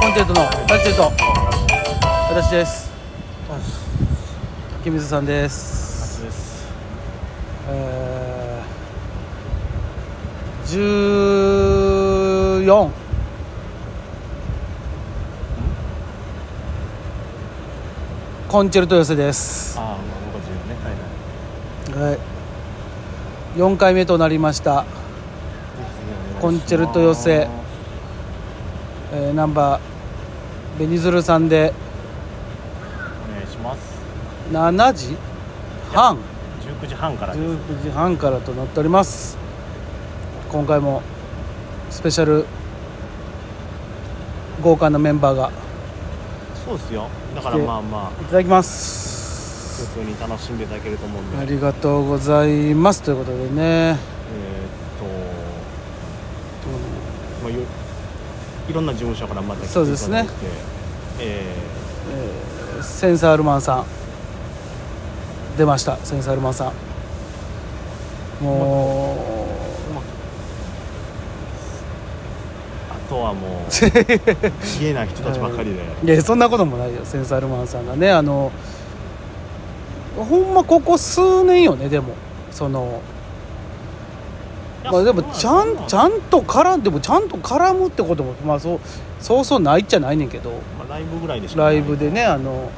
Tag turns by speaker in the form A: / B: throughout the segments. A: コンチェルトのラジチェルト私です清水さんです
B: です
A: えー、14コンチェルト寄せです、
B: ああまあ僕は自由ねはいは
A: は
B: い
A: い、4回目となりました、コンチェルト寄せえー、ナンバーベニズルさんで
B: お願いします
A: 7時半
B: 19時半からです
A: 19時半からとなっております今回もスペシャル豪華なメンバーが
B: そうですよだからまあま
A: い
B: あ
A: ただきます
B: 普通に楽しんでいただけると思うんで、
A: あ
B: えー、っ
A: りがとうございますということでね
B: と、まあ、よいろんな事務所からまた来ていた
A: そう
B: だいて
A: ですね
B: え
A: えーセンサールマンさん出ましたセンサールマンさんも
B: ーまああとは もう自営な人たちばかりで、
A: ういやそんなこともないよセンサールマンさんがねあのほんまここ数年よねでもそのまあでもちゃんちゃ
B: ん、
A: んと絡んでもちゃんと絡むってこともまあそうそうそうないっちゃないねんけど
B: まあ、ライブぐらいでしかな
A: ラ
B: い
A: イブでねあの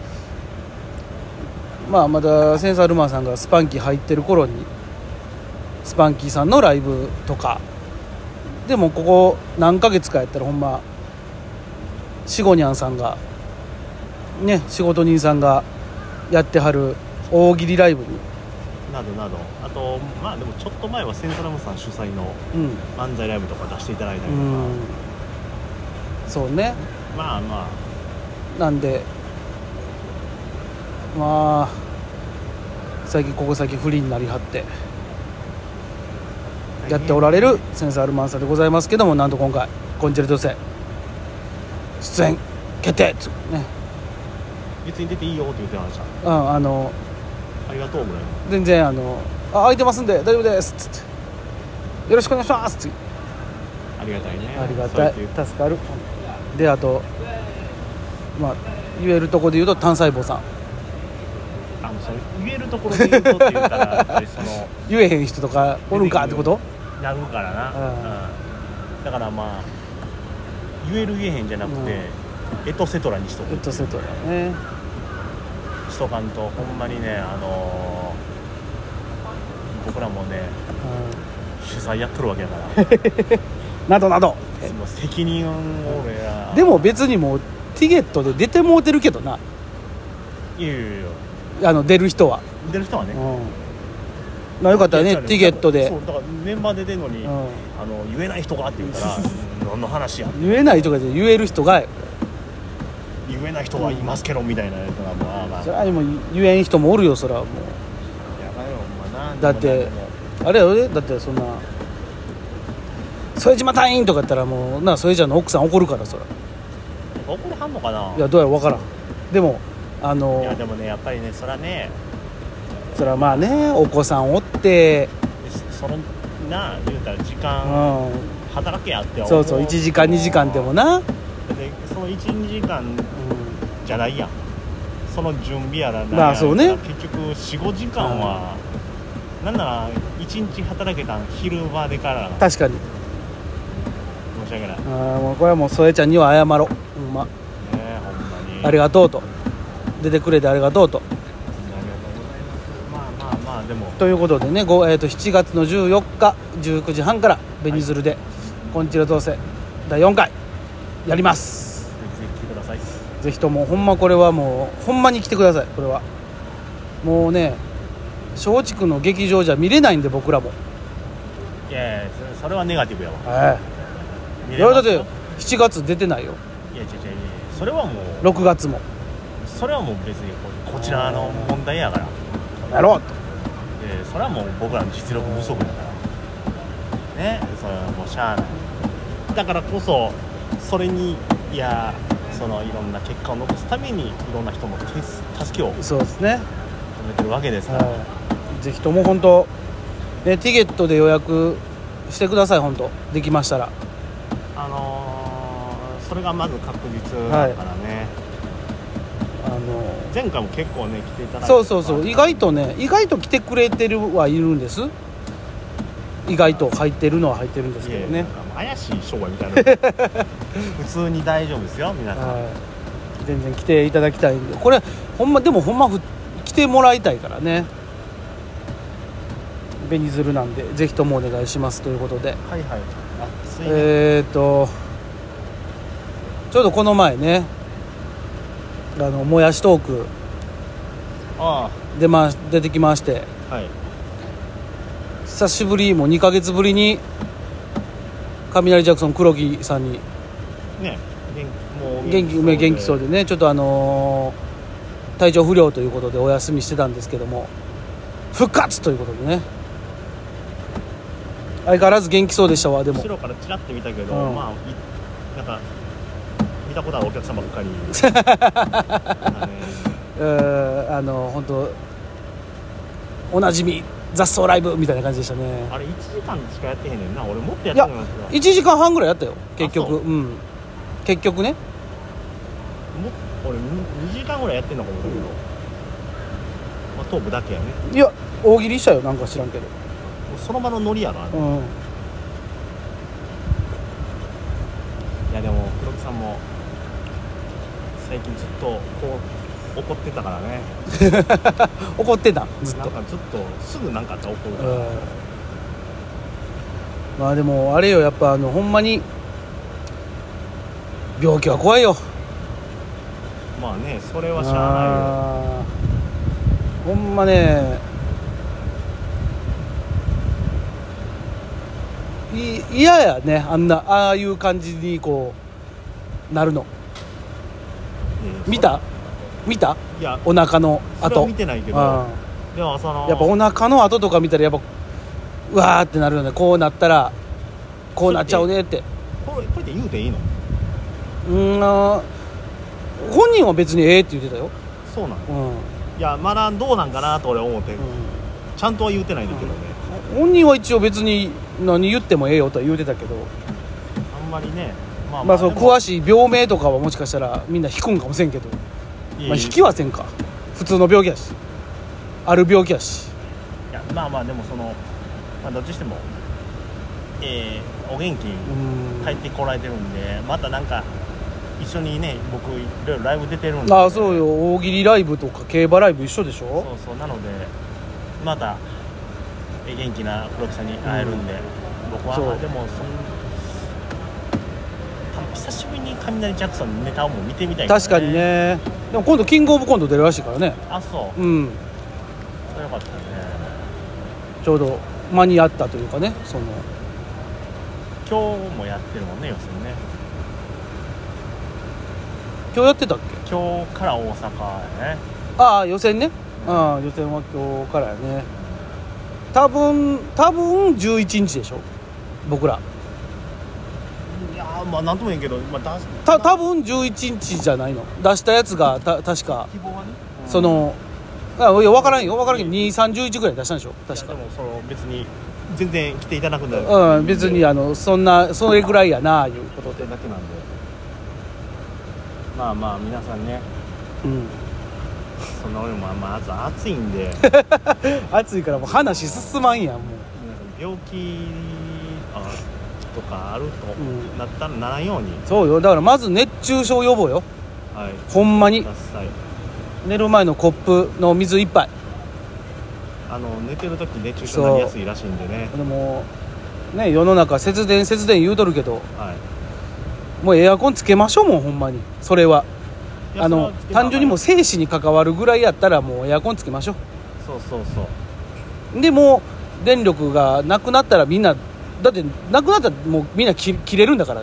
A: まあまだセンサールマンさんがスパンキー入ってる頃にスパンキーさんのライブとかでもここ何ヶ月かやったらほんまシゴニャンさんがね仕事人さんがやってはる大喜利ライブに、
B: などなどあとまあでもちょっと前はセントラムさん主催の
A: うん、
B: 漫才ライブとか出していただいたり
A: う
B: とか、
A: んそうね
B: まあまあ
A: なんでまあ最近ここ最近フリーになりはってやっておられるセンサールマンさんでございますけどもなんと今回コンチェルト戦出演決定つね
B: 別に出ていいよって言ってました
A: うんあの
B: ありがとうぐらいの
A: 全然あのあ空いてますんで大丈夫ですつってよろしくお願いしますつって
B: ありがたいね
A: ありがたい
B: そうやって
A: 助かるであとまあ言えるとこで言うと単細胞さん
B: あのそれ言えるところで言うとって言ったらやっぱりその
A: 言えへん人とかおるんかってこと
B: なるからな、うんだからまあ言える言えへんじゃなくて、エトセトラにしとく
A: えっとセットだね
B: しとかんとほんまにねあのー僕らもね主催やっとるわけやから
A: などなど
B: もう責任を俺ら
A: でも別にもうティゲットで出てもうてるけどない
B: やいやいや
A: あの出る人は、
B: 出る人はね、
A: うん、まあよかったらねティゲットで
B: そう、だからメンバーで出るのに、
A: うん
B: あの言えない人がって言っ たら何の話や
A: 言えないとかで言える人が
B: 言えない人はいますけどみたいなやつがまあまあ
A: それはもう言えん人もおるよそれはもう
B: やばいよお前な
A: だって
B: でも
A: あれやろねだってそんな副島隊員とかやったらもうな副島の奥さん怒るからそら
B: でも怒りはんのかない
A: いやどうやら分からんでもあの
B: でもねやっぱりねそれはね
A: そらまあねお子さんおって
B: そのなあ言うたら時
A: う
B: 間
A: ん
B: 働けやって思
A: そうそう1時間2時間でもな、うん、
B: でその12時間じゃないやんその準備やらなんやら
A: まあそうね
B: 結局45時間は、なんなら1日働けたん昼間でから申
A: 確かに
B: し訳ないね
A: あーもうこれはもう添ちゃんには謝ろう、うんま
B: えほんまに
A: ありがとうと出てくれてありがとうと
B: ありがとうございますまあまあまあでも
A: ということでね、ごえー、と7月の14日19時半からベニズルで、コンチェルト戦第4回やります
B: ぜひぜひ来てください
A: ぜひともほんまこれはもうほんまに来てくださいこれはもうね松竹の劇場じゃ見れないんで僕らも
B: いやいやそれそれはネガティブやわ
A: はい
B: 見
A: い
B: れ
A: やだ
B: ま
A: っ
B: すよ
A: て7月出てないよ
B: いや違う違う違うそれはもう
A: 6月も
B: それはもう別にここちらの問題やから
A: やろう
B: えそれはもう僕らの実力不足だからねそれはもうしゃあないだからこそそれにいやそのいろんな結果を残すためにいろんな人の手す助けを
A: とそうですね
B: 求めてるわけですから、
A: はいぜひとも本当ねティゲットで予約してください本当できましたら
B: あのーそれがまず確実だからね、
A: あの
B: 前回も結構ね来ていただいて
A: そうそうそう意外とね意外と来てくれてるはいるんです意外と入ってるのは入ってるんですけど
B: いや
A: ね
B: なんかもう怪しい商売みたい な普通に大丈夫ですよ皆さん、
A: はい全然来ていただきたいんでこれほんまでもほんまふ来てもらいたいからね紅鶴なんでぜひともお願いしますということで
B: はいはい暑いね、
A: えー、とちょうどこの前ねあのもやしトーク
B: あ
A: 出,、ま、出てきまして
B: あはい
A: 久しぶりもう2ヶ月ぶりに雷ジャクソン黒木さんに
B: ね元気もう
A: 元気梅元気そうでねちょっとあのー体調不良ということでお休みしてたんですけども復活ということでね相変わらず元気そうでしたわでも
B: 後ろからチラって見たけど、
A: うん
B: まあいなんか見たことあるお客さんばっ かりだね
A: えーあの本当おなじみ雑草ライブみたいな感じでしたね
B: あれ1時間しかやってへんねんな俺もっと
A: い
B: やって
A: や
B: んのに
A: 1時間半ぐらいやったよ結
B: あそ
A: 局
B: う
A: うん結局ね
B: も俺2時間ぐらいやってんのかもだけど、まあ、頭部だけやねも
A: いや大喜利したよなんか知らんけど
B: うその場のノリやろあれ
A: うん
B: いやでも黒木さんも最近ずっとこう怒ってたからね
A: 怒ってたずっ
B: な
A: と
B: んかずっとすぐなんかあったら怒るから、
A: うんまあでもあれよやっぱあのほんまに病気は怖いよ
B: まあねそれはしゃあ
A: あーほんまねい嫌やねあんなああいう感じにこうなるの
B: ないよいや
A: 見た見た
B: いや
A: お腹の
B: それは
A: 跡
B: 見てないけ
A: うん
B: ど
A: や
B: でもそ
A: っ
B: の
A: ぱお腹の跡とか見たらやっぱうわーってなるよねこうなったらこうなっちゃうねって
B: これこれって言うていいの
A: うーんあー本人は別にええって言ってたよ
B: そうなの
A: うん、うん
B: いやまだどうなんかなと俺思って、ちゃんとは言うてないんだけどね、
A: 本人は一応別に何言ってもええよとは言うてたけど
B: あんまりねまあ
A: まあその
B: でも
A: 詳しい病名とかはもしかしたらみんな引くんかもせんけど、
B: いや
A: まあ、
B: いや
A: 引きはせんか普通の病気やしある病気やし
B: いやまあまあでもその、まあ、どっちにしてもえーお元気
A: う
B: に
A: ん
B: 帰ってこられてるんでまたなんか一緒にね僕いろいろライブ出てるんで
A: ああそうよ大喜利ライブとか競馬ライブ一緒でし
B: そう
A: ょ
B: そうなのでまたえ元気な黒木さんに会えるんで、僕は
A: そう
B: まあでもそんた久しぶりに雷ジャクソンのネタをもう見てみたいけど
A: 確かにねでも今度キングオブコント出るらしいからね
B: あそう
A: うん
B: それよかったね
A: ちょうど間に合ったというかねその
B: 今日もやってるもんね要するにね
A: 今日やってたっけ
B: 今日から大阪やね
A: ああ予選ねうん予選は今日からやね多分多分11日でしょ僕ら
B: いやーまあなんとも言えんけど、まあ、だ
A: た多分11日じゃないの出したやつがた確か
B: 希望はね、うん
A: そのあいや分からんよ分からんけど231ぐらい出したんでしょ
B: いや
A: 確
B: で
A: か
B: もその別に全然来ていただくんだ
A: うん別に
B: や
A: あのそんなそれぐらいやなあいうことで
B: だけなんでまあまあ皆さんね
A: うん
B: そんな俺もまず暑い んで
A: 暑いからもう話進まんやんも
B: 皆さん病気あとかあると、
A: ん
B: なったらならんよう
A: う
B: に
A: そうよだからまず熱中症予防よ
B: はい
A: ほんまに
B: ください
A: 寝る前のコップの水一杯
B: あの寝てる時熱中症になりやすいらしいんでね
A: でもね世の中節電節電言うとるけど
B: はい
A: もうエアコンつけましょうもんほんまにそれはい
B: や
A: あ
B: それ
A: の
B: はつけた方が
A: 単純にもう生死に関わるぐらいやったらもうエアコンつけましょ
B: そうそうそう
A: うでもう電力がなくなったらみんなだってなくなったらもうみんな切切れるんだから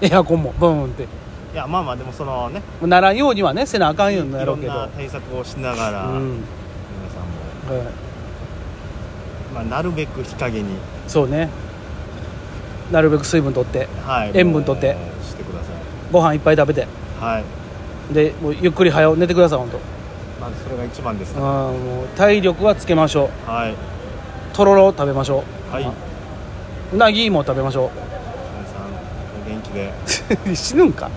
A: エアコンもブーンっても
B: いやまあまあでもそのね
A: うならんようにはねせなあかんようにないろ
B: ろ
A: うんけど
B: な対策をしながら、
A: うん、
B: 皆さんも、
A: はい
B: まあ、なるべく日陰に
A: そうねなるべく水分取って
B: はい、
A: 塩分取って
B: もうしてください
A: ご飯いっぱい食べて
B: はい
A: でもうゆっくり早う寝てください本当
B: まずそれが一番ですね
A: あーもう体力はつけましょう
B: はい
A: とろろ食べましょ
B: はい皆
A: ううなぎも食べましょ
B: さん元気で
A: 死ぬんか